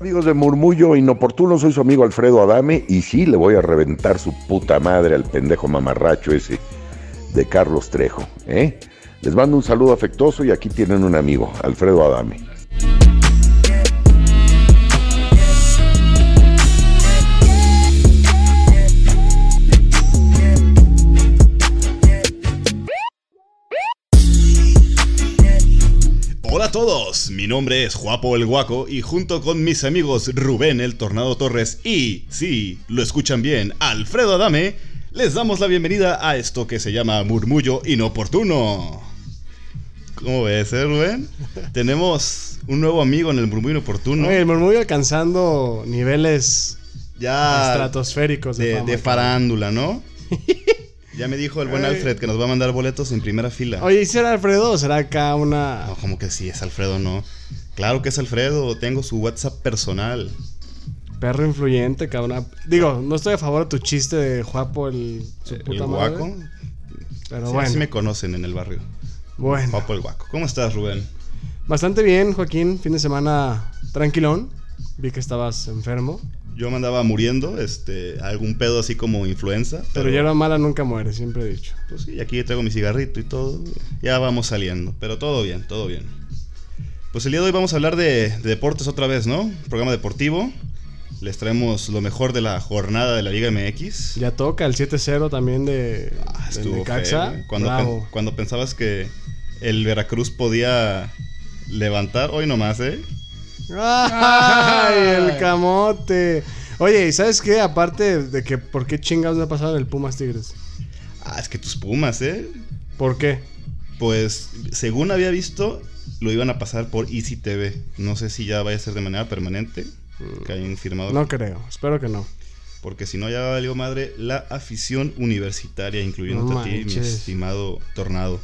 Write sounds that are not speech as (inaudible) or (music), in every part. Amigos de Murmullo Inoportuno, soy su amigo Alfredo Adame y sí le voy a reventar su puta madre al pendejo mamarracho ese de Carlos Trejo. ¿eh? Les mando un saludo afectuoso y aquí tienen un amigo, Alfredo Adame. Hola a todos, mi nombre es Juapo el Guaco y junto con mis amigos Rubén el Tornado Torres y, sí, lo escuchan bien, Alfredo Adame, les damos la bienvenida a esto que se llama Murmullo Inoportuno. ¿Cómo ves, eh, (laughs) Rubén? Tenemos un nuevo amigo en el Murmullo Inoportuno. Oye, el murmullo alcanzando niveles ya estratosféricos de, Ah, de, fama, de cabrón. farándula, (laughs) ¿no? Ya me dijo el buen Ay. Alfred que nos va a mandar boletos en primera fila. Oye, ¿y será Alfredo o será acá una...? No, como que sí, es Alfredo, no. Claro que es Alfredo, tengo su WhatsApp personal. Perro influyente, cabrón. Digo, no estoy a favor de tu chiste de Juapo, el, su el puta madre, guaco. Pero Sí, bueno, Así me conocen en el barrio. bueno. Papo el guaco. ¿Cómo estás, Rubén? Bastante bien, Joaquín. Fin de semana tranquilón. Vi que estabas enfermo. Yo me andaba muriendo, este, algún pedo así como influenza. Pero, ya la mala nunca muere, siempre he dicho. Pues sí, aquí traigo mi cigarrito y todo. Ya vamos saliendo, pero todo bien, todo bien. Pues el día de hoy vamos a hablar de, de deportes otra vez, ¿no? Programa deportivo. Les traemos lo mejor de la jornada de la Liga MX. Ya toca el 7-0 también de, Ah, del estuvo Necaxa. feo, ¿eh? Cuando, Bravo. pen- cuando pensabas que el Veracruz podía levantar, hoy nomás, ¿eh? ¡Ay, el camote! Oye, ¿y sabes qué? Aparte de que por qué chingados no ha pasado en el Pumas Tigres. Ah, es que tus Pumas, ¿eh? ¿Por qué? Pues, según había visto, lo iban a pasar por Easy TV. No sé si ya vaya a ser de manera permanente. Que hayan firmado. No creo, espero que no. Porque si no, ya valió madre la afición universitaria, incluyendo No a ti, mi manches. estimado Tornado.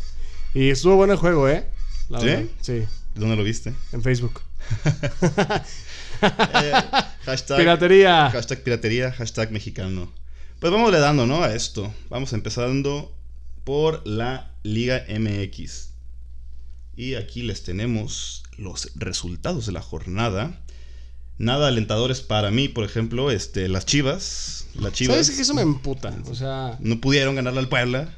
Y estuvo bueno el juego, ¿eh? La ¿Sí? verdad, Sí, ¿Dónde lo (laughs) viste? en Facebook. Eh, hashtag, Piratería. Hashtag piratería, hashtag mexicano. Pues vamos le dando, ¿no? A esto. Vamos empezando por la Liga MX. Y aquí les tenemos los resultados de la jornada. Nada alentadores para mí, por ejemplo, este, las Chivas. Las Chivas ¿Sabes que eso me emputa? O sea, no pudieron ganarle al Puebla.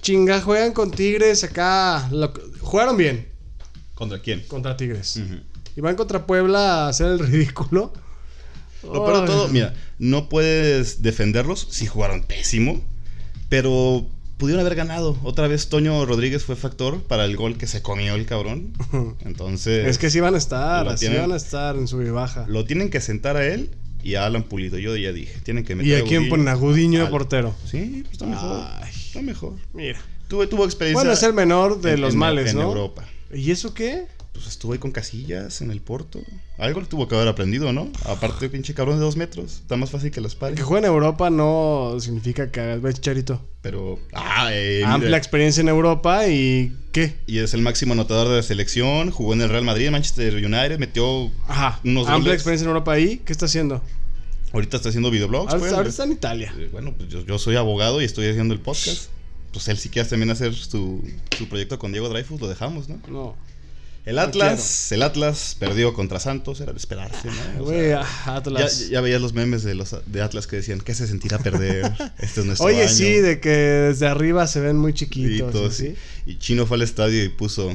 chinga, juegan con Tigres acá. lo- jugaron bien ¿Contra quién? contra Tigres. Ujú. Y van contra Puebla a hacer el ridículo. Lo peor de Ay. todo, mira, no puedes defenderlos si jugaron pésimo, pero pudieron haber ganado. Otra vez Toño Rodríguez fue factor para el gol que se comió el cabrón. (laughs) Entonces, Es que sí van a estar, lo así tienen- van a estar en su y baja. lo tienen que sentar a él y a Alan Pulido. Yo ya dije, tienen que meter ¿Y a quién Gudiño. ponen? A Gudiño de Al- portero. Sí, pues está mejor. Ay. Está mejor. Mira. Tuve, tuvo experiencia. Bueno, es el menor de en- los en- males, en ¿no? Europa. ¿Y eso qué? Pues estuvo ahí con casillas en el Porto. Algo le tuvo que haber aprendido, ¿no? Aparte, pinche cabrón de dos metros. Está más fácil que los pares. Que juegue en Europa no significa que hagas, ves, Charito. Pero. Ah, eh, mira. Amplia experiencia en Europa y ¿qué? Y es el máximo anotador de la selección. Jugó en el Real Madrid, en Manchester United. Metió. Ajá. Unos Amplia goles. experiencia en Europa y ¿qué está haciendo? Ah, Ahorita está haciendo videoblogs. Ahora, pues. ahora está en Italia. Eh, Bueno, pues yo, yo soy abogado y estoy haciendo el podcast. Pues él sí quiere también hacer su, su proyecto con Diego Dreyfus. Lo dejamos, ¿no? No. El Atlas. El Atlas perdió contra Santos. Era de esperarse, ¿no? O sea, Güey, ah, ya, Atlas. ya veías los memes de los de Atlas que decían, ¿qué se sentirá (laughs) perder? Este es nuestro Oye, año". sí, de que desde arriba se ven muy chiquitos. Gritos, ¿sí? Y Chino fue al estadio y puso,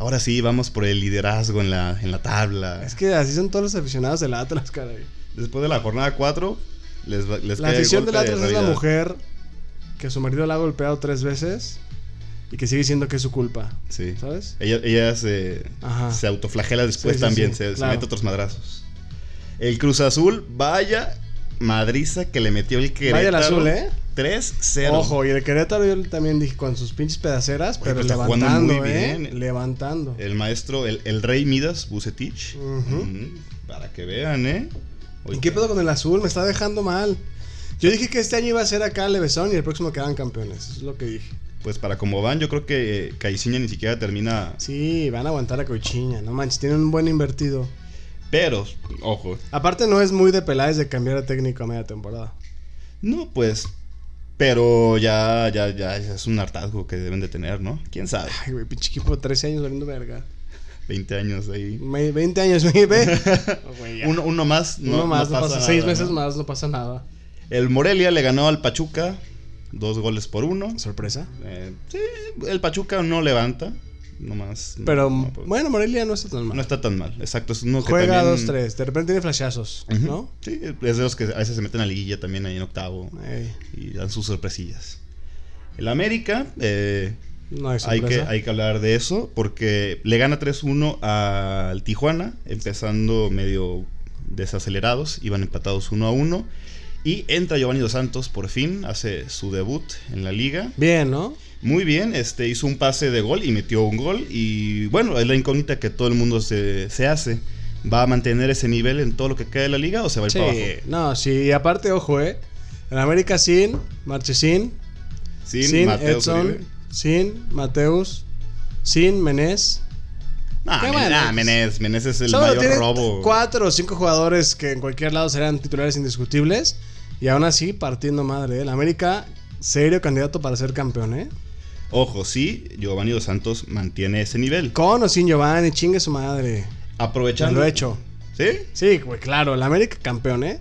ahora sí, vamos por el liderazgo en la, en la tabla. Es que así son todos los aficionados del Atlas, caray. Después de la jornada 4, les, va- les La cae el afición del golpe de Atlas es la realidad. mujer que su marido la ha golpeado tres veces y que sigue diciendo que es su culpa. Sí. ¿Sabes? Ella, ella se, Ajá. se autoflagela después Sí, sí, también, sí, se, se claro. mete otros madrazos. El Cruz Azul, vaya madriza que le metió el Querétaro. Vaya el azul, ¿eh? 3-0. Ojo, y el Querétaro yo también dije con sus pinches pedaceras, Oye, pero pues está jugando levantando, muy ¿eh? bien. Eh, Levantando. El maestro, el, el rey Midas, Bucetich. Ujú. Ujú, Para que vean, ¿eh? ¿Y Oye, qué pedo con el azul? Me está dejando mal. Yo dije que este año iba a ser acá Levesón y el próximo quedan campeones. Es lo que dije. Pues para como van, yo creo que Caiciña ni siquiera termina. Sí, van a aguantar a Cochiña. No manches, tienen un buen invertido. Pero, ojo, Aparte, no es muy de Peláez de cambiar a técnico a media temporada. No, pues. Pero ya, ya, ya es un hartazgo que deben de tener, ¿no? ¿Quién sabe? Ay, güey, pinche equipo, 13 años valiendo verga. 20 años ahí. Me- 20 años, (laughs) (laughs) güey, ve. Uno, uno más, no, Uno más, no pasa, seis nada, meses ¿no? más, no pasa nada. El Morelia le ganó al Pachuca dos goles por uno. Sorpresa. Eh, sí, el Pachuca no levanta, nomás. no- Pero no, pues, bueno, Morelia no está tan mal. no está tan mal, exacto. Es uno que Juega también- 2-3, de repente tiene flashazos, Ujú. ¿no? Sí, es de los que a veces se meten a liguilla también ahí en octavo Ey, y dan sus sorpresillas. El América, eh, no hay hay, sorpresa. que, hay que hablar de eso porque le gana 3-1 al Tijuana, empezando medio desacelerados, iban empatados 1-1. Y entra Giovanni Dos Santos por fin, hace su debut en la liga. Bien, ¿no? Muy bien, este hizo un pase de gol y metió un gol. Y bueno, es la incógnita que todo el mundo se, se hace. ¿Va a mantener ese nivel en todo lo que queda de la liga o se va a ir Sí, para abajo? no, sí, y aparte, ojo, eh. En América sin Marchesín, Sin, sin, Mateus Edson, Uribe. sin Mateus, sin Menés. Nah, Qué Men- bueno, nah, pues. Menés, Menés es el Solo mayor tiene robo. cuatro o cinco jugadores que en cualquier lado serán titulares indiscutibles. Y aún así, partiendo madre, ¿eh? el América, serio candidato para ser campeón, ¿eh? Ojo, sí, Giovanni Dos Santos mantiene ese nivel. Con o sin Giovanni, chingue su madre. Ya Aprovechando. lo he hecho. ¿Sí? Sí, güey, claro, el América campeón, ¿eh?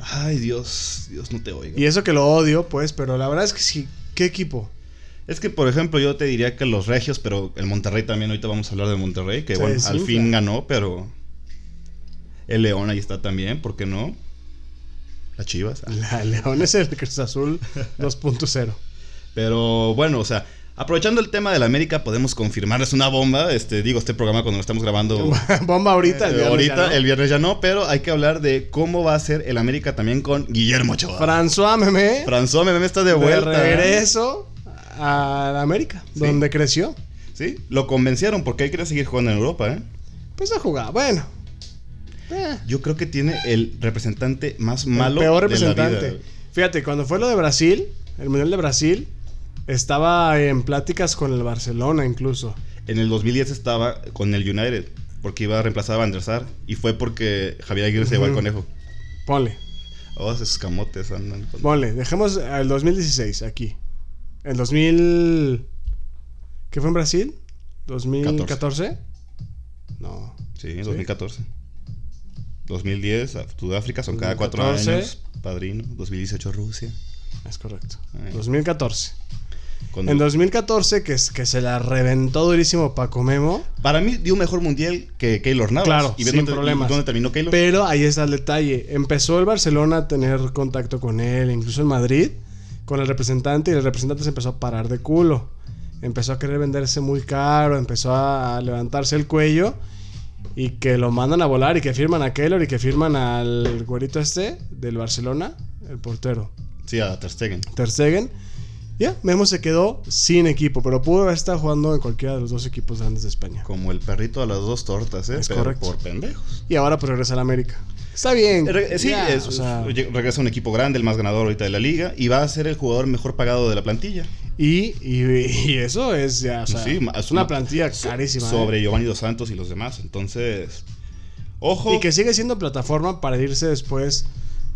Ay, Dios, Dios no te oiga. Y eso que lo odio, pues, pero la verdad es que sí, qué equipo. Es que, por ejemplo, yo te diría que los regios, pero el Monterrey también, ahorita vamos a hablar de Monterrey, que Se bueno, al desinfla. fin ganó, pero el León ahí está también, ¿por qué no? Las Chivas. ah. La León es el Cruz Azul 2.0. Pero bueno, o sea, aprovechando el tema del América, podemos confirmarles una bomba. Este, digo, este programa cuando lo estamos grabando (laughs) Bomba ahorita, el eh, viernes ahorita, ya, ¿no? el viernes ya no, pero hay que hablar de cómo va a ser el América también con Guillermo Ochoa. François Memé, François Memé está de de vuelta. regreso a la América, donde creció. Sí, lo convencieron porque él quería seguir jugando en Europa, ¿eh? Pues a jugar, bueno. Eh, Yo creo que tiene el representante más el malo. peor de la vida. representante. Fíjate, cuando fue lo de Brasil, el Mundial de Brasil, estaba en pláticas con el Barcelona incluso. En el 2010 estaba con el United porque iba a reemplazar a Van der Sar y fue porque Javier Aguirre se llevó al Ujú. conejo. Ponle, Oh, esos camotes andan. con- ponle. Dejemos el 2016 aquí. El 2000... ¿Qué fue en Brasil? ¿2014? No. Sí, en 2014. 2010, a- Sudáfrica, son cada cuatro 2014. años. Padrino. 2018, Rusia. Es correcto. Ahí. 2014. Cuando- En 2014, que, es- que se la reventó durísimo Paco Memo. Para mí dio un mejor mundial que Keylor Navas. Claro, y ve sin dónde, problemas. dónde terminó Keylor. Pero ahí está el detalle. Empezó el Barcelona a tener contacto con él, incluso en Madrid, con el representante, y el representante se empezó a parar de culo. Empezó a querer venderse muy caro, empezó a levantarse el cuello y que lo mandan a volar y que firman a Keylor y que firman al güerito este del Barcelona, el portero. Sí, a Ter Stegen. Ter Stegen. Ya, Memo se quedó sin equipo, pero pudo haber estado jugando en cualquiera de los dos equipos grandes de España. Como el perrito a las dos tortas, ¿eh? Es Pero correcto. por pendejos. Y ahora pues regresa a la América. Está bien. Re- eh, sí, ya, es- o sea, lleg- regresa un equipo grande, el más ganador ahorita de la liga, y va a ser el jugador mejor pagado de la plantilla. y, y- (laughs) y eso es ya, o sea, Pues Sí, ma- es una so- plantilla so- carísima. ¿eh? Sobre Giovanni Dos Santos y los demás. Entonces, ojo. Y que sigue siendo plataforma para irse después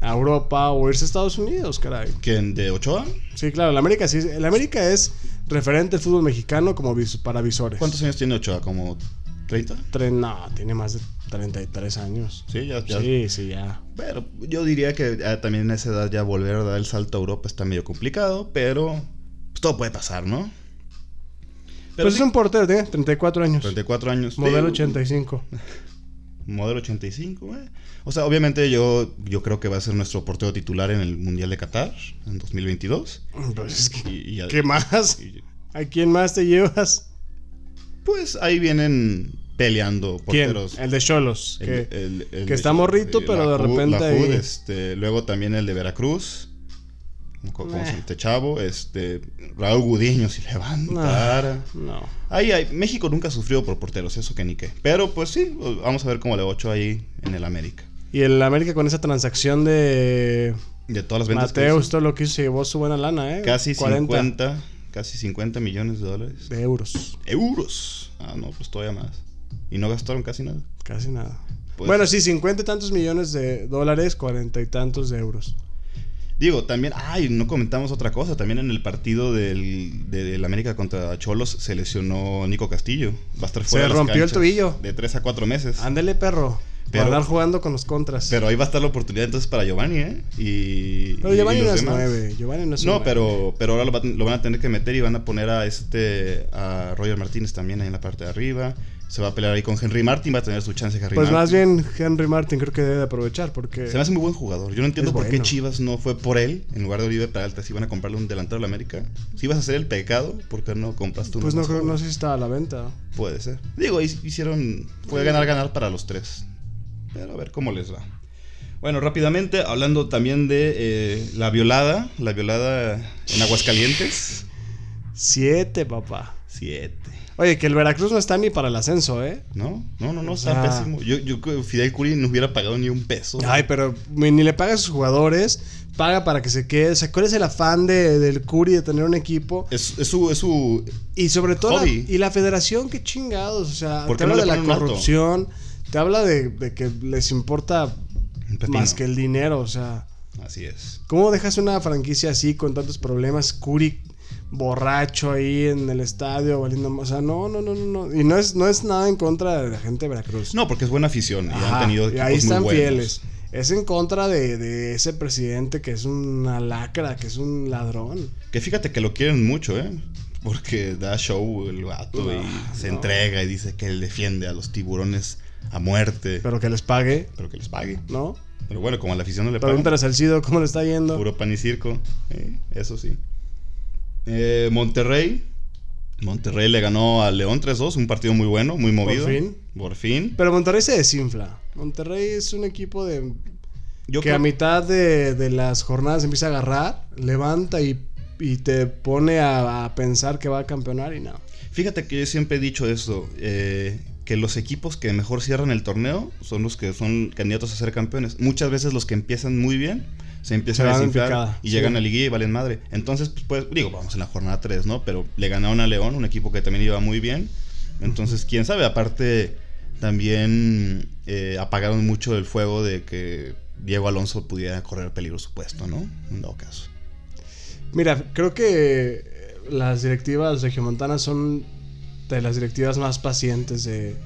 a Europa o irse a Estados Unidos, caray. que en- de Ochoa, Sí, claro, el América, sí, el América es referente al fútbol mexicano como vis- para visores. ¿cuántos años tiene Ochoa? ¿Como 30? Tre- no, tiene más de 33 años. Sí, ya. ya. Sí, sí, ya. Pero yo diría que ah, también a esa edad ya volver a dar el salto a Europa está medio complicado, pero pues, todo puede pasar, ¿no? Pero pues sí, es un portero, tiene 34 años. 34 años. Modelo Sí, 85. Modelo 85, eh. O sea, obviamente yo, yo creo que va a ser nuestro portero titular en el Mundial de Qatar en 2022. (laughs) Pues es que- Y, y- ¿Qué más? y- ¿A quién más te llevas? pues ahí vienen peleando ¿Quién? porteros. El de Cholos. que- el- el- el que está morrito, eh, pero la de Ju- la repente Jud, ahí- este, luego también el de Veracruz. ¿Cómo, cómo se Meh. llama este chavo? Este, Raúl Gudiño, si levantara. No. Ahí, hay- México nunca ha sufrido por porteros, eso que ni qué. Pero pues sí, vamos a ver cómo le va Ochoa ahí en el América. Y el América con esa transacción de De todas las ventas que Mateus, hizo, todo lo que hizo, se llevó su buena lana, ¿eh? casi 50, casi 50 millones de dólares. de euros. Euros. Ah, no, pues todavía más. Y no gastaron casi nada. Casi nada. Pues- bueno, sí, 50 y tantos millones de dólares, 40 y tantos de euros. Digo, también, ay, no comentamos otra cosa. También en el partido del, del América contra Cholos se lesionó Nico Castillo. Va a estar fuera. de Se las rompió el canchas tobillo. Ah, De tres a cuatro meses. Ándale, perro. Pero- Para andar jugando con los contras. Pero ahí va a estar la oportunidad entonces para Giovanni, ¿eh? Y. Pero y Giovanni los no es demás. nueve. Giovanni no es No, nueve. pero, pero ahora lo, va- lo van a tener que meter y van a poner a este a Roger Martínez también ahí en la parte de arriba. Se va a pelear ahí con Henry Martin, va a tener su chance Henry Pues Martin. más bien Henry Martin creo que debe de aprovechar porque... Se me hace muy buen jugador. Yo no entiendo Es por qué bueno. Chivas no fue por él en lugar de Oribe Peralta. Si iban a comprarle un delantero a la América, si ibas a hacer el pecado, ¿por qué no compraste un Pues no, creo, no sé si está a la venta. Puede ser. Digo, hi- hicieron. Fue ganar, ganar para los tres. Pero a ver cómo les va. Bueno, rápidamente, hablando también de eh, la violada. La violada en Aguascalientes. Siete, papá. Siete. Oye, que el Veracruz no está ni para el ascenso, ¿eh? No, no, no, no, está Ah. pésimo. Yo, yo creo que Fidel Curi no hubiera pagado ni un peso. Ay, pero ni ni le paga a sus jugadores, paga para que se quede. O sea, ¿cuál es el afán de- del Curi de tener un equipo? Es, es su. Es su Y sobre todo, la- Hobby. y la federación, qué chingados. O sea, ¿Por te qué no habla le de la ponen un alto? corrupción, te habla de, de que les importa un pepino. más que el dinero. O sea, Así es. ¿cómo dejas una franquicia así con tantos problemas? Curi borracho ahí en el estadio, valiendo. O sea, no, no, no, no. no. Y no es, no es nada en contra de la gente de Veracruz. No, porque es buena afición. Y Ajá, han tenido y equipos ahí están muy buenos. fieles. Es en contra de, de ese presidente que es una lacra, que es un ladrón. Que fíjate que lo quieren mucho, ¿eh? Porque da show el vato Ah, y se entrega y dice que él defiende a los tiburones a muerte. Pero, Pero que les pague, que les pague. ¿no? Pero bueno, como a la afición no le pagan, Pregúntale a Salcido cómo le está yendo. puro pan y circo. ¿eh? Eso sí. Eh, Monterrey. Monterrey le ganó al León 3-2. Un partido muy bueno, muy movido. fin. Por fin. Pero Monterrey se desinfla. Monterrey es un equipo de Yo que creo- a mitad de, de las jornadas empieza a agarrar, levanta y, y te pone a, a pensar que va a campeonar y no. Fíjate que yo siempre he dicho esto, eh, que los equipos que mejor cierran el torneo son los que son candidatos a ser campeones. Muchas veces los que empiezan muy bien se empiezan Se a van en desinflar picada, y sí. llegan a liguilla y valen madre. Entonces, pues, pues, digo, vamos en la jornada 3, ¿no? Pero le ganaron a León, un equipo que también iba muy bien. Entonces, quién sabe, aparte también eh, apagaron mucho el fuego de que Diego Alonso pudiera correr peligro su puesto, ¿no? En dado caso. Mira, creo que eh, las directivas regiomontanas son de las directivas más pacientes de-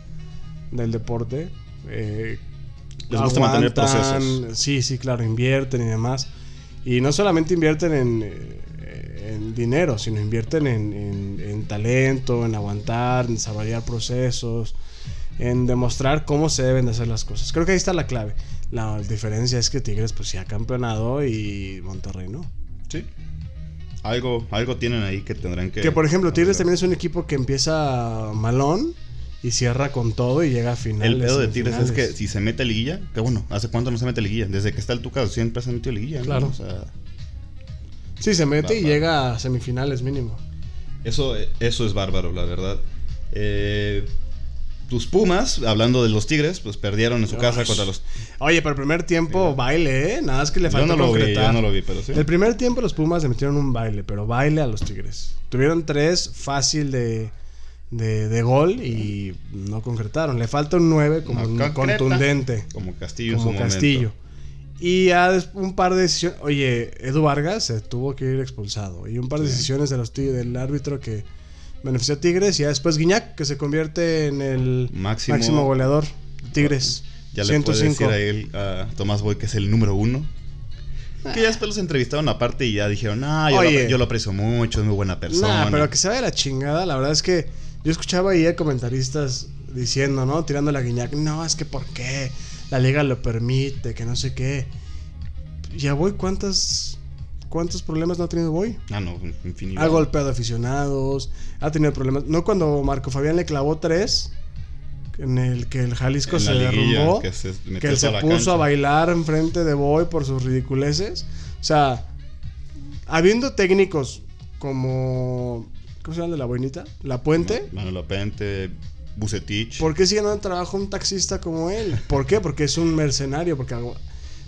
del deporte. Eh, Les gusta mantener aguantan, procesos. Sí, sí, claro, invierten y demás. Y no solamente invierten en, eh, en dinero, sino invierten en, en- en talento, en aguantar, en desarrollar procesos, en demostrar cómo se deben de hacer las cosas. Creo que ahí está la clave. La diferencia es que Tigres pues sí ha campeonado y Monterrey no. Sí. Algo, algo tienen ahí que tendrán que... Que por ejemplo, Tigres arreglar. también es un equipo que empieza malón y cierra con todo y llega a finales. El pedo de Tigres es que semifinales. si se mete a liguilla, que bueno, ¿hace cuánto no se mete a liguilla? Desde que está el Tuca siempre se ha metido a liguilla. ¿no? Claro. O sea, Sí, se mete Va, y va. llega a semifinales mínimo. eso, eso es bárbaro, la verdad. Eh, tus Pumas, hablando de los Tigres, pues perdieron en su casa Ay. contra los... Oye, pero el primer tiempo baile, ¿eh? Nada es que le Yo falta no lo vi, concretar. yo no lo vi, pero sí. El primer tiempo los Pumas le metieron un baile, pero baile a los Tigres. Tuvieron tres fácil de, de, de gol y no concretaron. Le falta un nueve como No un concreta. contundente. Como Castillo como en su Castillo. momento. Y ya des- un par de decisiones. Oye, Edu Vargas se tuvo que ir expulsado. Y un par de decisiones de los Tig- del árbitro que benefició a Tigres. Y ya después Guiñac, que se convierte en el Máximo- Ah, máximo, goleador de Tigres. Ya le puedes decir 105. a él, a Tomás Boy, que es el número uno. Que ya después los entrevistaron aparte y ya dijeron, ah, yo, Ah. Oye. lo, yo lo aprecio mucho, es muy buena persona. Nah, pero que se vaya la chingada. La verdad es que yo escuchaba ahí a comentaristas diciendo, ¿no? Tirándole a Guiñac. No, es que ¿por qué? La liga lo permite, que no sé qué. Ya voy, ¿cuántas, ¿cuántos problemas no ha tenido Boy? Ah, no, infinito. Ha golpeado aficionados, ha tenido problemas. No cuando Marco Fabián le clavó tres, en el que el Jalisco En se la liguilla, derrumbó, que que, se metió él se toda la puso cancha. a bailar enfrente de Boy por sus ridiculeces. O sea, habiendo técnicos como. ¿Cómo se llama el de la boinita? La Puente. Manuel Apente, Bucetich. ¿Por qué sigue dando trabajo a un taxista como él? ¿Por qué? Porque es un mercenario, porque hago-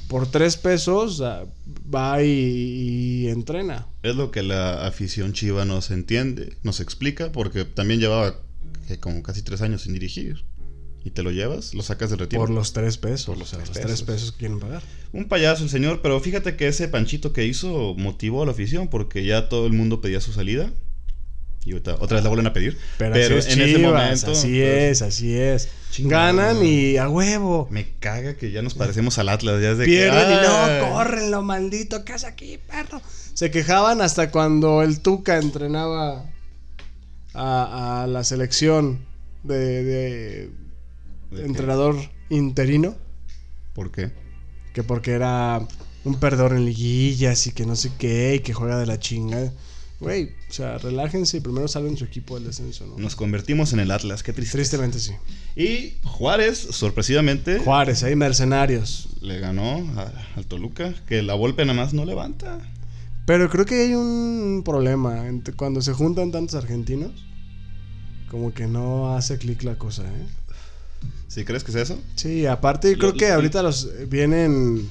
por tres pesos ah, va y- y entrena. Es lo que la afición chiva nos entiende, nos explica, porque también llevaba eh, como casi tres años sin dirigir. y te lo llevas, lo sacas del retiro. Por los tres pesos. Por los o sea, tres los tres pesos. pesos que quieren pagar. Un payaso el señor, pero fíjate que ese panchito que hizo motivó a la afición porque ya todo el mundo pedía su salida. Y ahorita- otra vez la vuelven a pedir. Pero, Pero, así es en ese Chivas, momento. Así pues, es, así es. Chingado. Ganan y a huevo. Me caga que ya nos parecemos al Atlas. Ya es de que, Pierden ¡ay! y no, córrenlo, maldito. ¿Qué haces aquí, perro? Se quejaban hasta cuando el Tuca entrenaba a, a la selección de- de ¿De qué? entrenador interino. ¿Por qué? Que porque era un perdedor en liguillas y que no sé qué, y que juega de la chinga. Güey, o sea, relájense y primero salven su equipo del descenso, ¿no? Nos convertimos en el Atlas. Qué triste. Tristemente sí. Y Juárez, sorpresivamente, Juárez, ahí mercenarios. le ganó a- al Toluca. Que la golpe nada más no levanta. Pero creo que hay un problema. entre- Cuando se juntan tantos argentinos, como que no hace clic la cosa, ¿eh? ¿Sí crees que es eso? Sí, aparte yo Lo- creo que lo- ahorita los eh, vienen...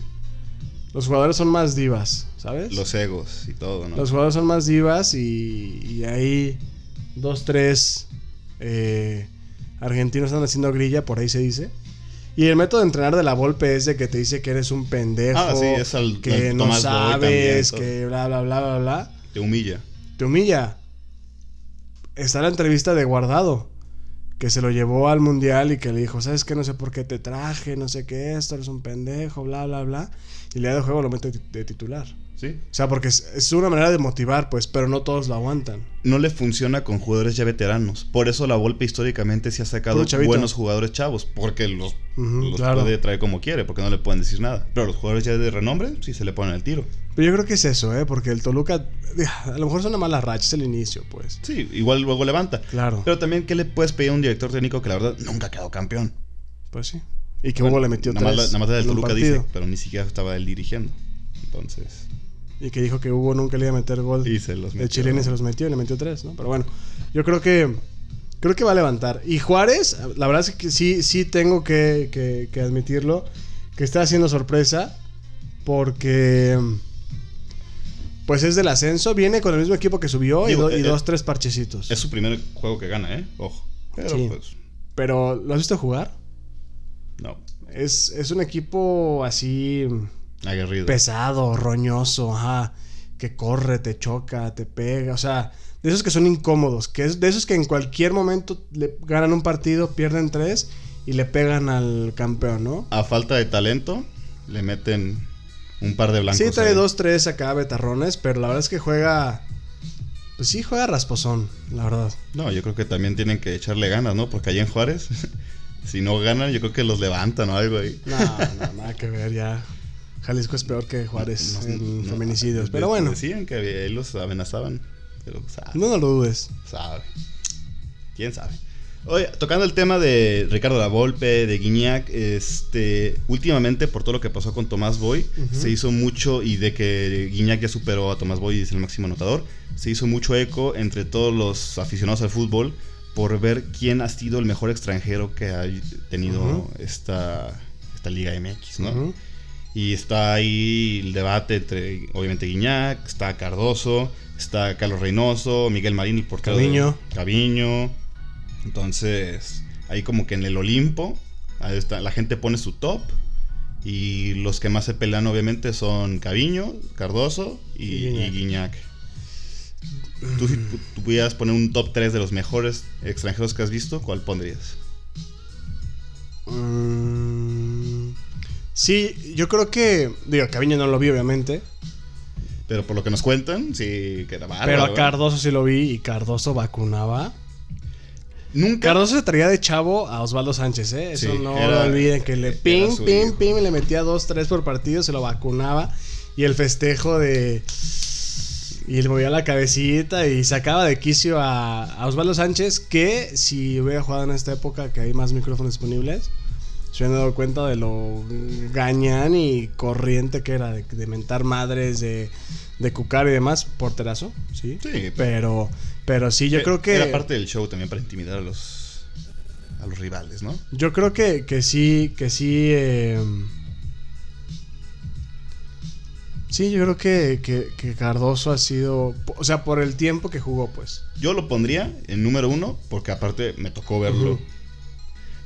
Los jugadores son más divas, ¿sabes? Los egos y todo, ¿no? Los jugadores son más divas y, y ahí dos, tres eh, argentinos están haciendo grilla, por ahí se dice. Y el método de entrenar de la Volpe es de que te dice que eres un pendejo, Ah, sí, es al- que al no Tomás Boy también, sabes, todo. que bla, bla, bla, bla, bla. Te humilla. Te humilla. Está la entrevista de Guardado, que se lo llevó al Mundial y que le dijo, ¿sabes qué? No sé por qué te traje, no sé qué, esto eres un pendejo, bla, bla, bla. Y le da de juego, lo mete de titular. ¿Sí? O sea, porque es, es una manera de motivar, pues, pero no todos lo aguantan. no le funciona con jugadores ya veteranos. Por eso la Volpe históricamente se ha sacado Puro chavito. buenos jugadores chavos, porque los, Ujú, los claro. puede traer como quiere, porque no le pueden decir nada. Pero los jugadores ya de renombre sí se le ponen el tiro. Pero yo creo que es eso, ¿eh? Porque el Toluca, a lo mejor es una mala racha, es el inicio, pues. Sí, igual luego levanta. Claro. Pero también, ¿qué le puedes pedir a un director técnico que la verdad nunca ha quedado campeón? Pues sí. Y que Bueno, Hugo le metió nada más tres la- nada más la del en un Toluca dice, partido. pero ni siquiera estaba él dirigiendo. Entonces, Y que dijo que Hugo nunca le iba a meter gol. y se los el metió. chileno se los metió y le metió tres, ¿no? Pero bueno, yo creo que creo que va a levantar. Y Juárez, la verdad es que sí, sí tengo que, que- que admitirlo, que está haciendo sorpresa porque pues es del ascenso, viene con el mismo equipo que subió y, Digo, do- y eh, dos, tres parchecitos. Es su primer juego que gana, ¿eh? Ojo. Pero Sí. pues, Pero, ¿lo has visto jugar? no. Es, es un equipo así Aguerrido. pesado, roñoso, ajá, que corre, te choca, te pega, o sea, de esos que son incómodos, que es de esos que en cualquier momento le ganan un partido, pierden tres y le pegan al campeón, ¿no? a falta de talento, le meten un par de blancos. Sí, trae ahí. dos, tres acá betarrones, pero la verdad es que juega, pues sí, juega rasposón, la verdad. No, yo creo que también tienen que echarle ganas, ¿no? Porque allá en Juárez, (laughs) si no ganan, yo creo que los levantan o algo ahí. No, no, nada que ver ya. Jalisco es peor que Juárez No, en no, feminicidios, de- pero bueno, Decían que ahí los amenazaban, pero sabe, no nos lo dudes. sabe. ¿Quién sabe? Oye, tocando el tema de Ricardo La Volpe, de Guiñac, este, últimamente por todo lo que pasó con Tomás Boy, Ujú. se hizo mucho, y de que Guiñac ya superó a Tomás Boy y es el máximo anotador, se hizo mucho eco entre todos los aficionados al fútbol por ver quién ha sido el mejor extranjero que ha tenido Ujú. esta, esta Liga MX, ¿no? Ujú. Y está ahí el debate entre, obviamente, Guiñac, está Cardoso, está Carlos Reynoso, Miguel Marín, el portero. de- Calviño. Calviño. Entonces, ahí como que en el Olimpo, ahí está, la gente pone su top. Y los que más se pelean, obviamente, son Caviño, Cardoso y, Y Guiñac. y Guiñac. Tú, si tú- tú pudieras poner un top 3 de los mejores extranjeros que has visto, ¿cuál pondrías? Mm, Sí, yo creo que. Digo, Caviño no lo vi, obviamente. Pero por lo que nos cuentan, sí, que era pero a bárbaro, ¿eh? Cardoso sí lo vi y Cardoso vacunaba. Nunca Cardoso se traía de chavo a Osvaldo Sánchez, ¿eh? Eso Sí, no era- lo olviden, que le era pim, su pim, hijo. pim, y le metía dos, tres por partido, se lo vacunaba. Y el festejo de. Y le movía la cabecita y sacaba de quicio a, a Osvaldo Sánchez, que si hubiera jugado en esta época que hay más micrófonos disponibles, se hubieran dado cuenta de lo gañán y corriente que era, de, de mentar madres, de, de cucar y demás, porterazo, ¿sí? Sí, Pero, pero sí, yo Eh, creo que... Era parte del show también para intimidar a los. a los rivales, ¿no? Yo creo que, que sí, que sí. eh, sí, yo creo que, que- que Cardoso ha sido. O sea, por el tiempo que jugó, pues. Yo lo pondría en número uno, porque aparte me tocó verlo. Ujú.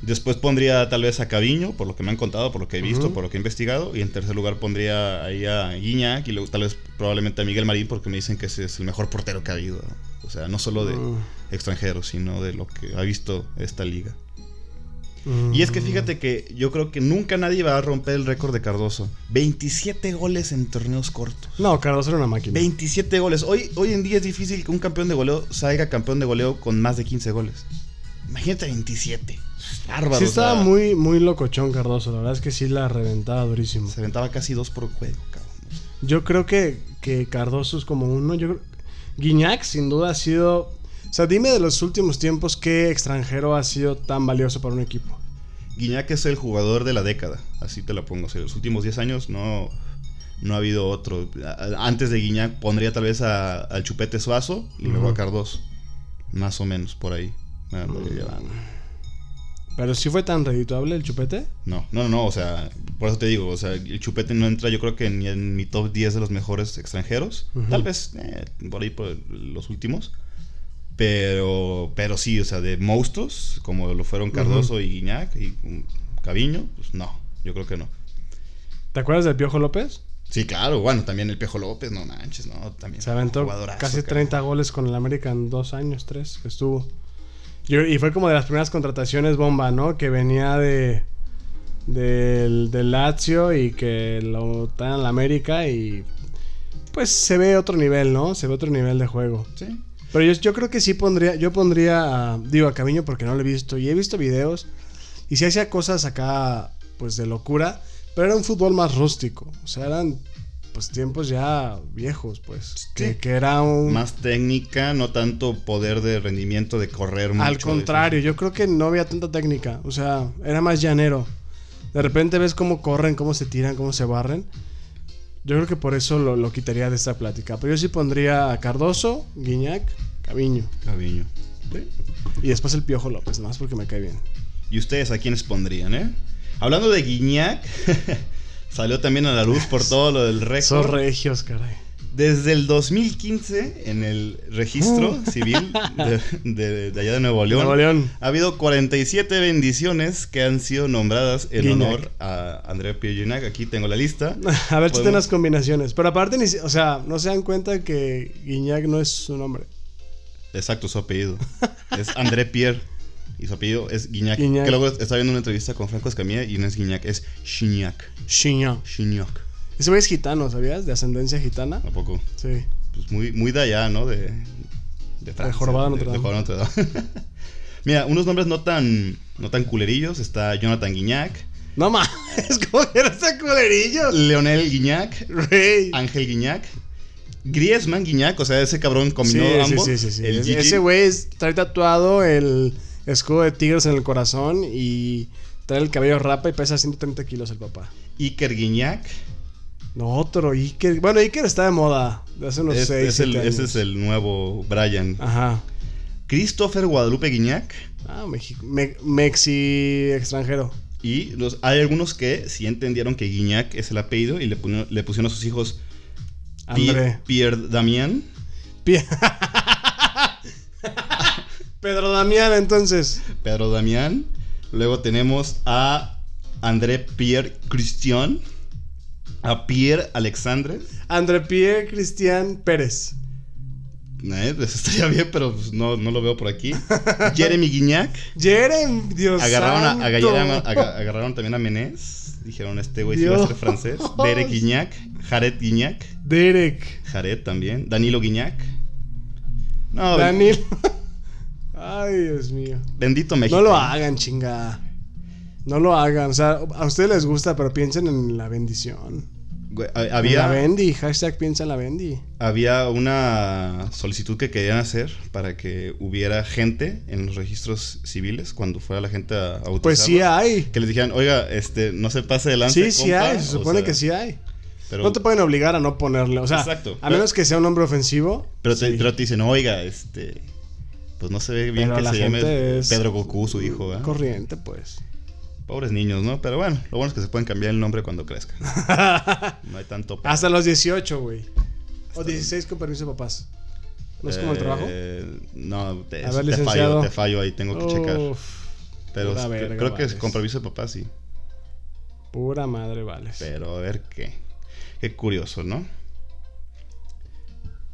Después pondría tal vez a Caviño, por lo que me han contado, por lo que he visto, por lo que he investigado. Y en tercer lugar pondría ahí a Guiñac y luego tal vez probablemente a Miguel Marín, porque me dicen que ese es el mejor portero que ha habido. O sea, no solo de Mm. extranjeros, sino de lo que ha visto esta liga. Y es que fíjate que yo creo que nunca nadie va a romper el récord de Cardoso. 27 goles en torneos cortos. No, Cardoso era una máquina. 27 goles. Hoy, hoy en día es difícil que un campeón de goleo salga campeón de goleo con más de 15 goles. Imagínate 27. Bárbaro. Sí o estaba sea, muy, muy locochón Cardoso, la verdad es que sí la reventaba durísimo. Se aventaba casi dos por juego, cabrón. Yo creo que, que Cardoso es como uno. Yo creo- Guiñac sin duda ha sido... O sea, dime de los últimos tiempos qué extranjero ha sido tan valioso para un equipo. Guiñac es el jugador de la década. Así te la pongo. O sea, los últimos 10 años no, no ha habido otro. A- a- Antes de Guiñac pondría tal vez a- al Chupete Suazo y luego a Ujú. Cardoso. Más o menos por ahí. Me andaría llevando. Pero sí fue tan redituable el chupete. No, no, no, no, o sea, por eso te digo, o sea, el Chupete no entra yo creo que ni en mi top 10 de los mejores extranjeros, Ujú. tal vez eh, por ahí por los últimos, pero pero sí, o sea, de monstruos, como lo fueron Cardoso y Guiñac y um, Caviño, pues no, yo creo que no. ¿Te acuerdas del Piojo López? Sí, claro, bueno, también el Pejo López, no manches, no, también. Se aventó jugadorazo, casi cabrón. 30 goles con el América en dos años, tres, que estuvo. Yo- y fue como de las primeras contrataciones bomba, ¿no? Que venía de del, del Lazio y que lo traen al América y pues se ve otro nivel, ¿no? Se ve otro nivel de juego. Sí. Pero yo, yo creo que sí pondría, yo pondría, a- digo, a Camiño porque no lo he visto y he visto videos y sí hacía cosas acá, pues de locura, pero era un fútbol más rústico, o sea, eran pues tiempos ya viejos, pues, que, que era un... Más técnica, no tanto poder de rendimiento, de correr mucho. al de- contrario, yo creo que no había tanta técnica, o sea, era más llanero. De repente ves cómo corren, cómo se tiran, cómo se barren. Yo creo que por eso lo, lo quitaría de esta plática. Pero yo sí pondría a Cardoso, Guiñac, Caviño. Caviño. Sí. Y después el Piojo López, nada más porque me cae bien. ¿Y ustedes a quiénes pondrían, eh? Hablando de Guiñac, (laughs) salió también a la luz por todo lo del Esos récord. regios, caray. Desde el 2015, en el registro civil de, de- de allá de Nuevo León, Uh. Nuevo León. (laughs) ha habido 47 bendiciones que han sido nombradas en Guiñac. honor a Andrea Pio Guiñac. Aquí tengo la lista. A ver si Podemos- tiene las combinaciones. Pero aparte, ni si- o sea, no se dan cuenta que Guiñac no es su nombre. Exacto, su apellido. Es André Pierre. Y su apellido es Guiñac. Guiñac. Que luego estaba viendo una entrevista con Franco Escamilla y no es Guiñac, es Chiñac. Chiño. Chiñac. Ese güey es gitano, ¿sabías? De ascendencia gitana. ¿A poco? Sí. pues muy, muy de allá, ¿no? De, de Francia. Jorobado de- Notre de Dame. Jorobado Notre Dame. (laughs) Mira, unos nombres no tan, no tan culerillos. Está Jonathan Guiñac, No más, (laughs) es como que era ese culerillo. Leonel Guiñac, Rey. Ángel Guiñac, Griezmann Guiñac, o sea, ese cabrón combinó Sí, sí, ambos. sí, sí, sí. El Ese- Gigi. Ese güey es- trae tatuado el escudo de tigres en el corazón y trae el cabello rapa y pesa 130 kilos el papá. Iker Guiñac. No, otro Iker. Bueno, Iker está de moda de hace unos Es- 6 Este es el- ese es el nuevo Brian. Ajá. Christopher Guadalupe Guiñac. Ah, México. Me- Mexi extranjero. Y los, hay algunos que sí entendieron que Guiñac es el apellido y le, pone- le pusieron a sus hijos Pi- André. Pierre Damián. (laughs) Pie- Pedro Damián, entonces. Pedro Damián. Luego tenemos a André Pierre Christian. A Pierre Alexandre. André Pierre Cristian Pérez. Eh, pues (laughs) estaría bien, pero pues, no, no lo veo por (laughs) aquí. Jeremy Guiñac. Jerem, Dios Agarraron, a, a santo. Gallera- aga- agarraron también a Menés. Dijeron, este güey sí va a ser Dios. francés. (laughs) Derek Guiñac. Jared Guiñac. Derek. Jared también. Danilo Guiñac. No, ben- Daniel. (laughs) Ay, Dios mío. bendito México. No lo hagan, chingada. No lo hagan. O sea, a ustedes les gusta, pero piensen en la bendición. Güey, ha- En La Había, Bendy. Hashtag piensa en la Bendy. había una solicitud que querían hacer para que hubiera gente en los registros civiles cuando fuera la gente a, a Pues bautizarlos, sí hay. Que les dijeran, oiga, este, no se pase de lanza. Sí, sí compa", hay. Se o supone sea, que sí hay. Pero, no te pueden obligar a no ponerle. O sea, Exacto. a menos que sea un hombre ofensivo. pero te, sí. pero te dicen, oiga, este, pues no se ve bien Pero que la se llame gente es- Pedro Goku, su hijo, ¿verdad? corriente, pues. Pobres niños, ¿no? Pero bueno, lo bueno es que se pueden cambiar el nombre cuando (laughs) crezcan. no hay tanto... Hasta los 18, güey. O 16 con permiso de papás. ¿No es como el trabajo? Eh, No, te, te A ver, fallo, licenciado. te fallo ahí, tengo que checar. Uf. Pero Pura es- verga, creo que es vales. compromiso de papá, sí. Pura madre, vale. Pero a ver qué. Qué curioso, ¿no?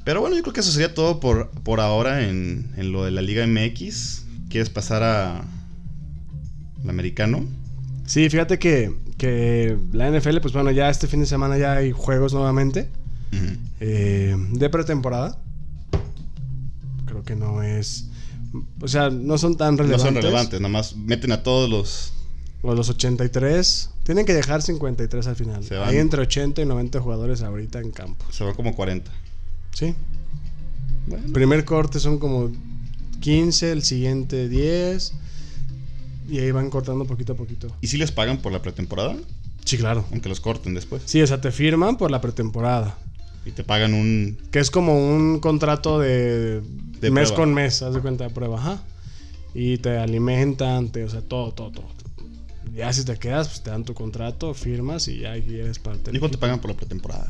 Pero bueno, yo creo que eso sería todo por, por ahora en, en lo de la Liga MX. ¿Quieres pasar a. al americano? Sí, fíjate que, que la NFL, pues bueno, ya este fin de semana ya hay juegos nuevamente Ujú. eh, de pretemporada. Creo que no es. O sea, no son tan No relevantes. son relevantes, nada más meten a todos los. O los 83. Tienen que dejar 53 al final. Se van. Hay entre 80 y 90 jugadores ahorita en campo. Se van como 40. Sí. Bueno, Primer corte son como 15, el siguiente 10. Y ahí van cortando poquito a poquito. ¿Y si les pagan por la pretemporada? Sí, claro. Aunque los corten después. Sí, o sea, te firman por la pretemporada. Y te pagan un. Que es como un contrato de, De mes prueba. con mes, haz de cuenta de prueba, ajá. Y te alimentan, te, o sea, todo, todo, todo. Ya si te quedas, pues te dan tu contrato, firmas y ya ahí eres parte del ¿Y cuánto te equipo. pagan por la pretemporada?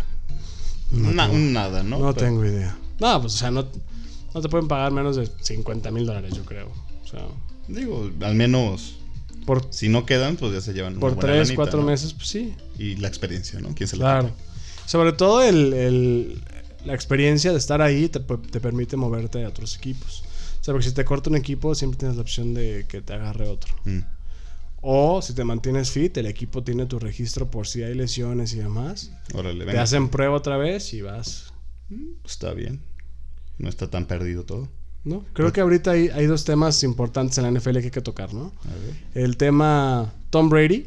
No Na- tengo- un nada, ¿no? No, Pero- tengo idea. No, pues, o sea, no, no te pueden pagar menos de 50 mil dólares, yo creo. O sea, Digo, al menos. por, Si no quedan, pues ya se llevan. una por buena 3, lanita, 4 ¿no? meses, pues sí. Y la experiencia, ¿no? ¿Quién se la Claro. quita? Sobre todo el, el- la experiencia de estar ahí te, pu- te permite moverte a otros equipos. O sea, porque si te corta un equipo, siempre tienes la opción de que te agarre otro. Mm. O si te mantienes fit, el equipo tiene tu registro por si hay lesiones y demás. Órale, Te venga. hacen prueba otra vez y vas. Está bien. No está tan perdido todo. ¿no? Pues Creo que ahorita hay, hay dos temas importantes en la NFL que hay que tocar, ¿no? A ver. El tema Tom Brady,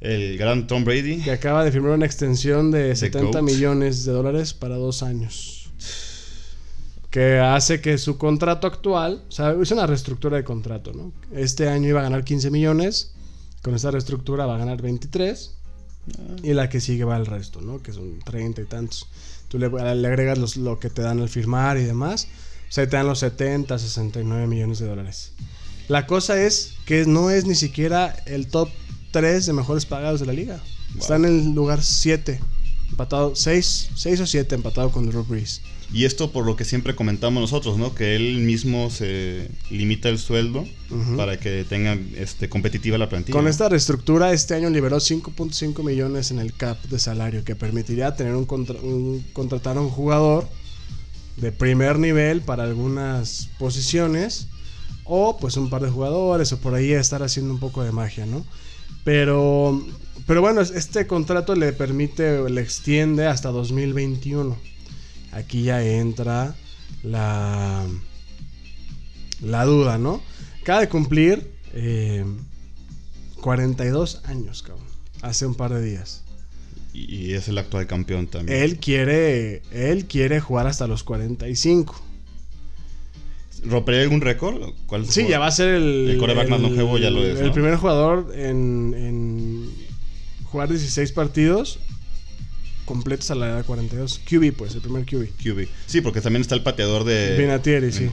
El gran Tom Brady. que acaba de firmar una extensión de 70 GOAT. millones de dólares para dos años. Que hace que su contrato actual, o sea, es una reestructura de contrato, ¿no? Este año iba a ganar 15 millones, con esta reestructura va a ganar 23 y la que sigue va el resto, ¿no? Que son 30 y tantos. Tú le, le agregas los- lo que te dan al firmar y demás, o sea, te dan los 70, 69 millones de dólares. La cosa es que no es ni siquiera el top 3 de mejores pagados de la liga. Está en el lugar 7, empatado 6, 6 o 7 empatado con Drew Brees. Y esto por lo que siempre comentamos nosotros, ¿no? Que él mismo se limita el sueldo Ujú. para que tenga este, competitiva la plantilla. Con ¿no? esta reestructura, este año liberó 5.5 millones en el cap de salario, que permitiría tener un, contra- un- contratar a un jugador de primer nivel para algunas posiciones, o pues un par de jugadores, o por ahí estar haciendo un poco de magia, ¿no? Pero, pero bueno, es- este contrato le permite, o le extiende hasta 2021. Aquí ya entra la, la duda, ¿no? Acaba de cumplir eh, 42 años, cabrón. Hace un par de días. Y, y es el actual campeón también. Él quiere, él quiere jugar hasta los 45. ¿Rompería algún récord? ¿Cuál Sí, fue? ya va a ser el. El quarterback más el- longevo ya lo es, El ¿no? primer jugador en, en jugar 16 partidos completos a la edad de 42. QB, pues, el primer QB. QB. Sí, porque también está el pateador de. Vinatieri, sí. eh.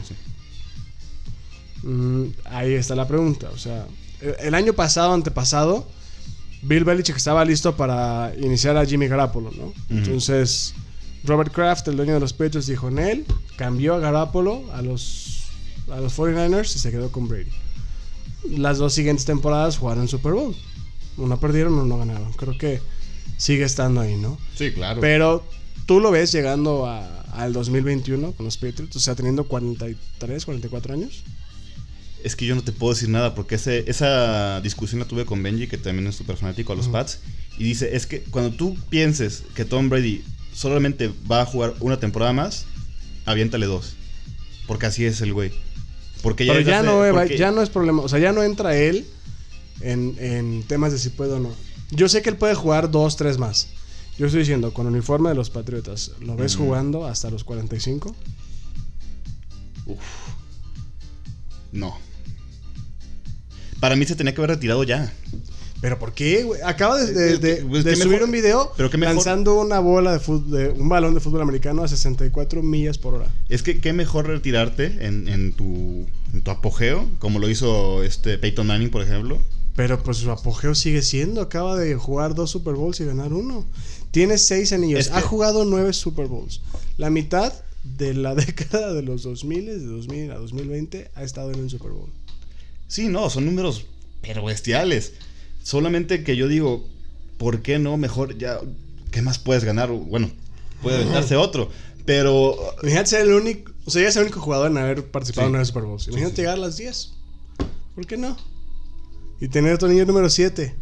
Mm, ahí está la pregunta. O sea, el, el año pasado, antepasado, Bill Belichick estaba listo para iniciar a Jimmy Garapolo, ¿no? Entonces, Robert Kraft, el dueño de los Patriots, dijo en él, cambió a Garapolo a los, a los 49ers y se quedó con Brady. Las dos siguientes temporadas jugaron Super Bowl. Una perdieron, una ganaron. Creo que sigue estando ahí, ¿no? Sí, claro. Pero tú lo ves llegando a- al 2021 con los Patriots, o sea, teniendo 43, 44 años. Es que yo no te puedo decir nada porque ese- esa discusión la tuve con Benji, que también es súper fanático a los Pats. Y dice, es que cuando tú pienses que Tom Brady solamente va a jugar una temporada más, aviéntale dos. Porque así es el güey. Porque ya, Pero ya desde- no, eh, va- porque- ya no es problema. O sea, ya no entra él en, en temas de si puede o no. Yo sé que él puede jugar dos, tres más. Yo estoy diciendo, con uniforme de los Patriotas, ¿lo ves jugando hasta los 45? No. Para mí se tenía que haber retirado ya. ¿Pero por qué, güey? Acaba de, de- de- Eh, pues, de ¿qué subir mejor? un video ¿Pero qué mejor? lanzando una bola de, fut- de un balón de fútbol americano a 64 millas por hora. Es que qué mejor retirarte en, en tu, en tu apogeo, como lo hizo este Peyton Manning, por ejemplo. Pero pues su apogeo sigue siendo. Acaba de jugar dos Super Bowls y ganar uno. Tiene seis anillos. Es que- Ha jugado nueve Super Bowls. La mitad (laughs) de la década de los 2000, de 2000 a 2020, ha estado en un Super Bowl. Sí, no, son números pero bestiales. Solamente que yo digo, ¿por qué no mejor ya qué más puedes ganar? Bueno, puede aventarse otro, pero Imagínate ser el único, o sea, ya es el único jugador en haber participado Sí. en una Super Bowl. Imagínate sí. llegar a las 10. ¿Por qué no? Y tener otro niño número 7.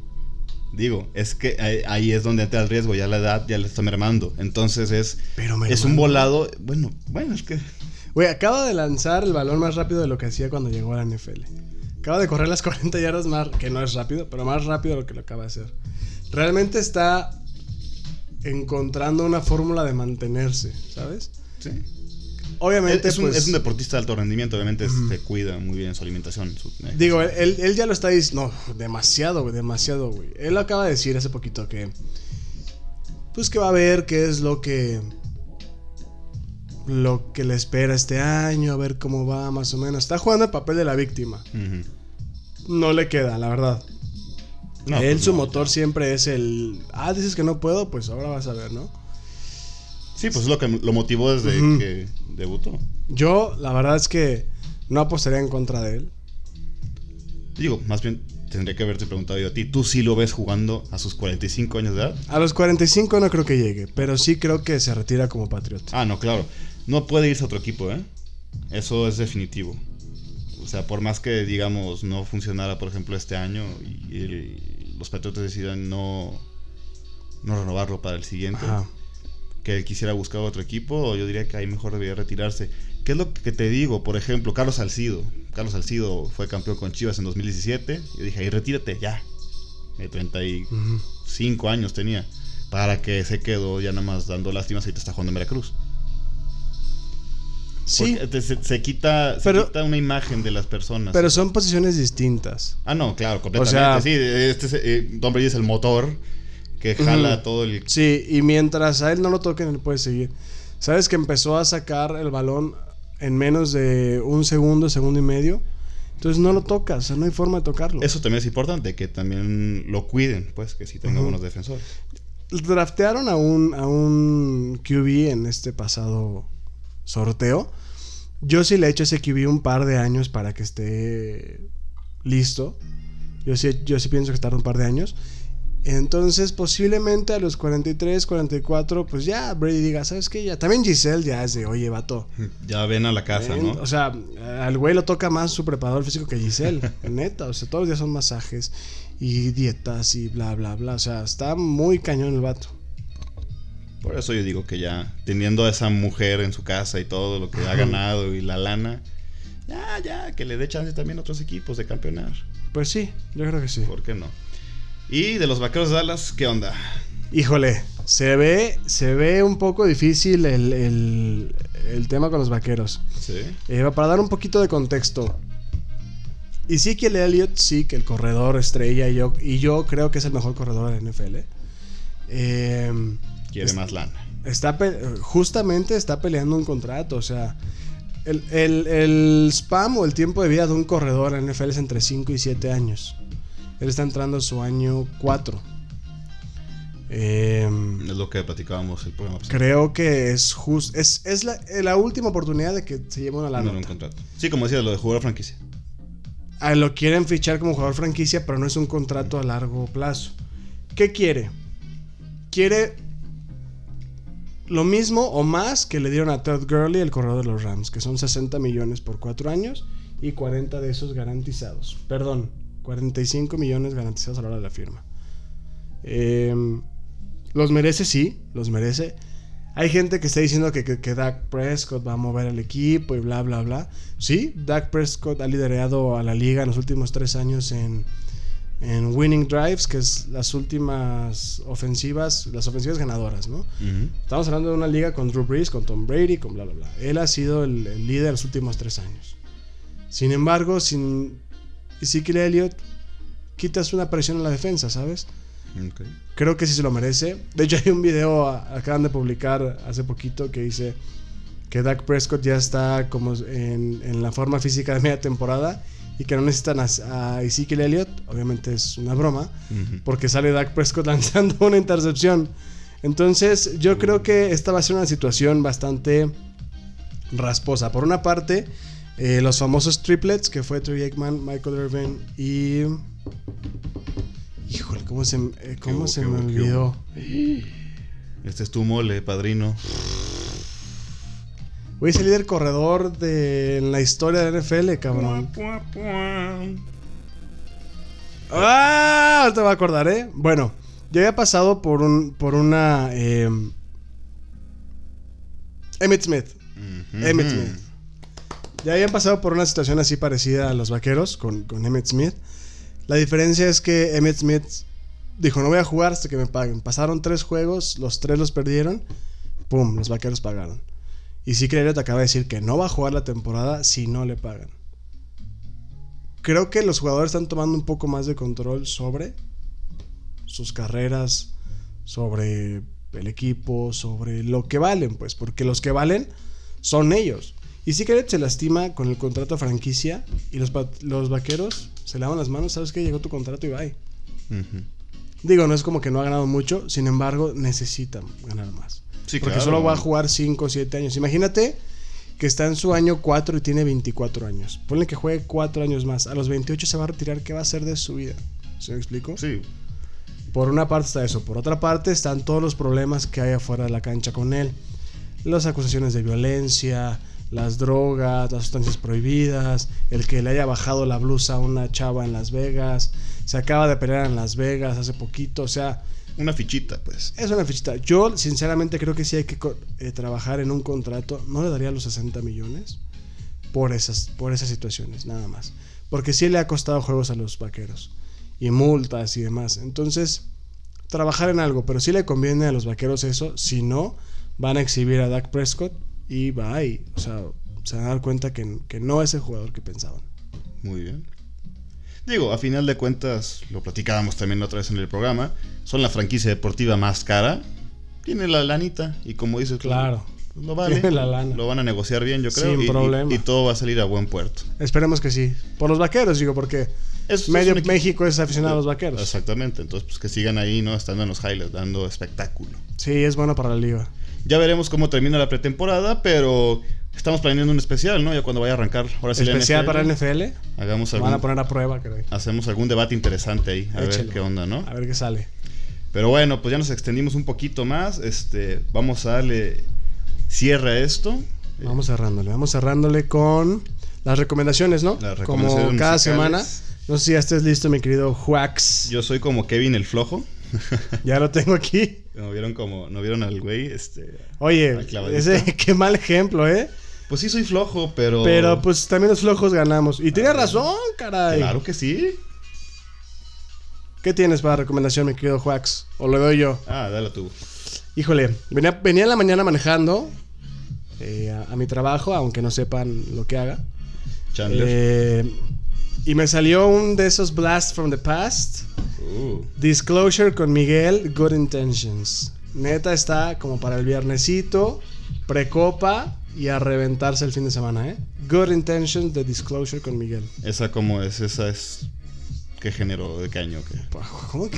digo, es que ahí, ahí es donde entra el riesgo, ya la edad ya le está mermando. Entonces es Pero es mermando. un volado, bueno, bueno, es que Güey, acaba de lanzar el balón más rápido de lo que hacía cuando llegó a la NFL. Acaba de correr las (laughs) 40 yardas más, que no es rápido, pero más rápido de lo que lo acaba de hacer. Realmente está encontrando una fórmula de mantenerse, ¿sabes? sí. Es, Obviamente, es un, pues, es un deportista de alto rendimiento, obviamente se cuida muy bien su alimentación. su- eh, Digo, él, él- él ya lo está diciendo. No, demasiado, güey, demasiado, güey. Él lo acaba de decir hace poquito que. Pues que va a ver qué es lo que. Lo que le espera este año, a ver cómo va, más o menos. Está jugando el papel de la víctima. ujú. No le queda, la verdad. No, él, pues su no. motor siempre es el. Ah, dices que no puedo, pues ahora vas a ver, ¿no? Sí, pues es lo que lo motivó desde Ujú. que debutó. Yo, la verdad es que no apostaría en contra de él. Digo, más bien tendría que haberte preguntado yo a ti. ¿Tú sí lo ves jugando a sus 45 años de edad? A los 45 no creo que llegue, pero sí creo que se retira como patriota. Ah, no, claro. No puede irse a otro equipo, ¿eh? Eso es definitivo. O sea, por más que, digamos, no funcionara, por ejemplo, este año y el- los Patriotas decidan no, no renovarlo para el siguiente, Ajá. que él quisiera buscar otro equipo, yo diría que ahí mejor debería retirarse. ¿Qué es lo que te digo? Por ejemplo, Carlos Salcido. Carlos Salcido fue campeón con Chivas en 2017. Yo dije, ahí retírate, ya. De 30 y Ujú. cinco años tenía. Para que se quedó ya nada más dando lástimas y te está jugando en Veracruz. Sí, Porque te- se, se quita, se Pero- quita una imagen de las personas. pero son posiciones distintas. ah, no, claro, completamente. sea- sí, este es, eh, Tom Brady es el motor que jala Ujú. todo el. Sí, y mientras a él no lo toquen, él puede seguir. ¿Sabes que empezó a sacar el balón en menos de un segundo, segundo y medio? Entonces no lo tocas, o sea, no hay forma de tocarlo. Eso también es importante, que también lo cuiden, pues, que sí tenga Ujú. buenos defensores. Draftearon a un, a un QB en este pasado sorteo. Yo sí le he hecho ese QB un par de años para que esté listo. Yo sí, yo sí pienso que tarda un par de años. Entonces, posiblemente a los 43, 44, pues ya Brady diga, ¿sabes qué? Ya. También Giselle ya es de, oye, vato. Ya ven a la casa, ven". ¿no? O sea, al güey lo toca más su preparador físico que (laughs) Giselle. neta, o sea, todos los días son masajes y dietas y bla, bla, bla. O sea, está muy cañón el vato. Por eso yo digo que ya, teniendo a esa mujer en su casa y todo lo que ha ganado y la lana, ya, ya, que le dé chance también a otros equipos de campeonar. Pues sí, yo creo que sí. ¿Por qué no? Y de los vaqueros de Dallas, ¿qué onda? Híjole, se ve, se ve un poco difícil el, el- el tema con los vaqueros. Sí. Eh, para dar un poquito de contexto. Y sí que el Elliott, sí que el corredor estrella, y yo, y yo creo que es el mejor corredor de la NFL. Eh, Quiere Es- más lana. está pe- justamente está peleando un contrato. O sea, el, el- el spam o el tiempo de vida de un corredor en NFL es entre 5 y 7 años. Él está entrando a su año 4. Es lo que platicábamos el programa. pasado. creo que es justo. Es, es la, eh, la última oportunidad de que se lleve una No lana. era un contrato. Sí, como decía, lo de jugador franquicia. Ah, lo quieren fichar como jugador franquicia, pero no es un contrato a largo plazo. ¿Qué quiere? Quiere lo mismo o más que le dieron a Todd Gurley, el corredor de los Rams, que son 60 millones por 4 años y 40 de esos garantizados. Perdón, 45 millones garantizados a la hora de la firma. Em, los merece, sí, los merece. Hay gente que está diciendo que, que, que Dak Prescott va a mover el equipo y bla, bla, bla. Sí, Dak Prescott ha liderado a la liga en los últimos tres años en, en winning drives, que es las últimas ofensivas, las ofensivas ganadoras, ¿no? Estamos hablando de una liga con Drew Brees, con Tom Brady, con bla, bla, bla. Él ha sido el, el líder los últimos tres años. Sin embargo, sin Ezekiel Elliott, quitas una presión en la defensa, ¿sabes? Ok. Creo que sí se lo merece. De hecho, hay un video a- acaban de publicar hace poquito que dice que Dak Prescott ya está como en, en la forma física de media temporada y que no necesitan a, a Ezekiel Elliott. Obviamente es una broma, Ujú. porque sale Dak Prescott (laughs) lanzando una intercepción. Entonces, yo creo que esta va a ser una situación bastante rasposa. Por una parte, Eh, los famosos triplets, que fue Troy Aikman, Michael Irvin y... Híjole, ¿cómo se, eh, cómo hubo, se qué me hubo, qué olvidó? Este es tu mole, padrino. Güey, es el líder corredor de en la historia de la NFL, cabrón. ¡Ah! Ahorita me voy a acordar, ¿eh? Bueno, yo había pasado por un por una... eh, Emmitt Smith. Emmitt Smith. Ya habían pasado por una situación así parecida a los vaqueros con, con Emmett Smith. La diferencia es que Emmett Smith dijo: No voy a jugar hasta que me paguen. Pasaron tres juegos, los tres los perdieron. Pum, los vaqueros pagaron. Y sí, Creo te acaba de decir que no va a jugar la temporada si no le pagan. Creo que los jugadores están tomando un poco más de control sobre sus carreras, sobre el equipo, sobre lo que valen, pues, porque los que valen son ellos. Y si Garrett se lastima con el contrato a franquicia y los, pa- los vaqueros se lavan las manos, sabes que llegó tu contrato y bye. Ujú. Digo, no es como que no ha ganado mucho, sin embargo, necesitan ganar más. Sí, porque claro. solo va a jugar 5 o 7 años. Imagínate que está en su año 4 y tiene 24 años. Ponle que juegue 4 años más. A los 28 se va a retirar. ¿Qué va a hacer de su vida? ¿Se me explico? Sí. Por una parte está eso, por otra parte están todos los problemas que hay afuera de la cancha con él. Las acusaciones de violencia, las drogas, las sustancias prohibidas, el que le haya bajado la blusa a una chava en Las Vegas, se acaba de pelear en Las Vegas hace poquito, o sea, Una fichita, pues. es una fichita. Yo sinceramente creo que sí hay que co- eh, trabajar en un contrato, no le daría los 60 millones por esas, por esas situaciones, nada más. Porque sí le ha costado juegos a los vaqueros. Y multas y demás. Entonces, trabajar en algo. Pero sí le conviene a los vaqueros eso. Si no, van a exhibir a Dak Prescott y bye. O sea, se van a dar cuenta que, que no es el jugador que pensaban. Muy bien. Digo, a final de cuentas, lo platicábamos también la otra vez en el programa, son la franquicia deportiva más cara. Tiene la lanita y como dices, tú, Claro. lo vale. Tiene la lana. Lo van a negociar bien, yo creo. Sin y- y, problema. Y, todo va a salir a buen puerto. Esperemos que sí. Por los vaqueros, digo, porque Es- medio es un equipo- México es aficionado a los vaqueros. Exactamente, entonces pues que sigan ahí, ¿no? Estando en los highlights, dando espectáculo. Sí, es bueno para la liga. Ya veremos cómo termina la pretemporada, pero estamos planeando un especial, ¿no? Ya cuando vaya a arrancar, ahora sí la Especial NFL, para la NFL. Hagamos Lo van a algún, poner a prueba, creo. hacemos algún debate interesante ahí, a ver Échelo. qué onda, ¿no? A ver qué sale. Pero bueno, pues ya nos extendimos un poquito más. Este, vamos a darle cierre a esto. Vamos cerrándole. Vamos cerrándole con las recomendaciones, ¿no? Las Como recomendaciones cada musicales. semana. No sé si ya estés listo, mi querido Juax. Yo soy como Kevin el flojo. (laughs) Ya lo tengo aquí. ¿No vieron como no vieron al güey? Este, Oye, Ay, clavadito. ese, (laughs) qué mal ejemplo, ¿eh? pues sí soy flojo, pero Pero pues también los flojos ganamos. Y tienes razón, caray. Ah, claro que sí. ¿Qué tienes para recomendación, mi querido Juax? O lo doy yo. Ah, dale tú. Híjole, venía, venía en la mañana manejando eh, a- a mi trabajo, aunque no sepan lo que haga. Chandler. Eh, y me salió un de esos Blast from the Past. Uh, Disclosure con Miguel, Good Intentions. Neta está como para el viernesito, precopa y a reventarse el fin de semana, ¿eh? Good Intentions de Disclosure con Miguel. esa como es, esa es qué género de caño que. ¿Cómo que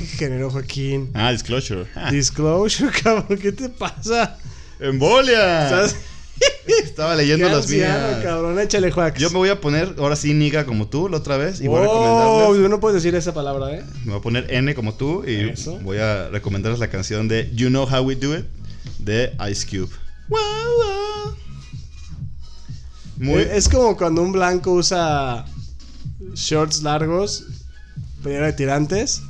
(laughs) generó Joaquín? Ah, Disclosure. Ah, Disclosure, (laughs) cabrón, ¿qué te pasa? ¡Embolia! ¿Estás Estaba leyendo qué las anciano, mías. cabrón? Échale, Juax. Yo me voy a poner ahora sí niga como tú la otra vez y Oh, voy a Wow, recomendarles. no puedes decir esa palabra, ¿eh? Me voy a poner N como tú y Eso. voy a recomendarles la canción de You Know How We Do It de Ice Cube. Wow, wow. Muy, Eh, Es como cuando un blanco usa shorts largos, playera de tirantes.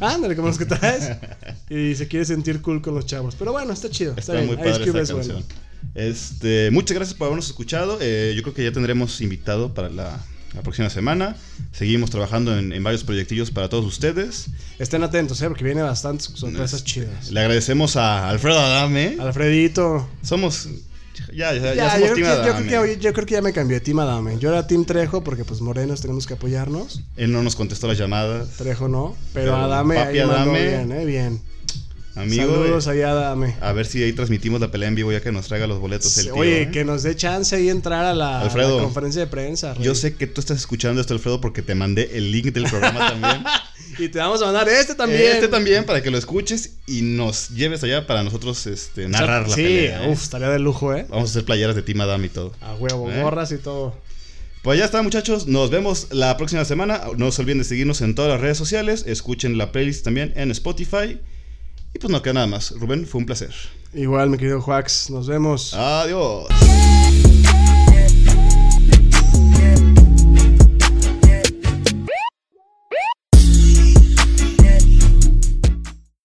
Ándale, como los que traes. (laughs) Y se quiere sentir cool con los chavos. Pero bueno, está chido. Está, está bien. muy Ice padre esta Cube es bueno. canción. Este, muchas gracias por habernos escuchado. Eh, yo creo que ya tendremos invitado para la, la próxima semana. Seguimos trabajando en, en varios proyectillos para todos ustedes. Estén atentos, ¿eh? Porque vienen bastantes sorpresas chidas. Le agradecemos a Alfredo Adame. Alfredito. Somos. Ya, ya, ya, Ya, somos team yo, creo que, yo, Adame. creo que, yo creo que ya me cambié. Team Adame. Yo era Team Trejo porque, pues, morenos tenemos que apoyarnos. Él no nos contestó las llamadas. Trejo no. Pero Pero Adame Papi ahí mandó Adame. bien, ¿eh? Bien. Amigo. eh. Saludos ahí a Adame. A ver si ahí transmitimos la pelea en vivo ya que nos traiga los boletos el tío. Oye, ¿eh? que nos dé chance ahí entrar a la, a la Alfredo, conferencia de prensa. rey. Yo sé que tú estás escuchando esto, Alfredo, porque te mandé el link del programa también. Y te vamos a mandar este (laughs) también. Este también, para que lo escuches y nos lleves allá para nosotros este, narrar la sí, pelea. ¿eh? uff, estaría de lujo, ¿eh? Vamos a hacer playeras de Team Adam y todo. A huevo, ¿Eh? gorras y todo. Pues ya está, muchachos. Nos vemos la próxima semana. No se olviden de seguirnos en todas las redes sociales. Escuchen la playlist también en Spotify. Y pues no queda nada más. Rubén, fue un placer. Igual, mi querido Juax, nos vemos. Adiós.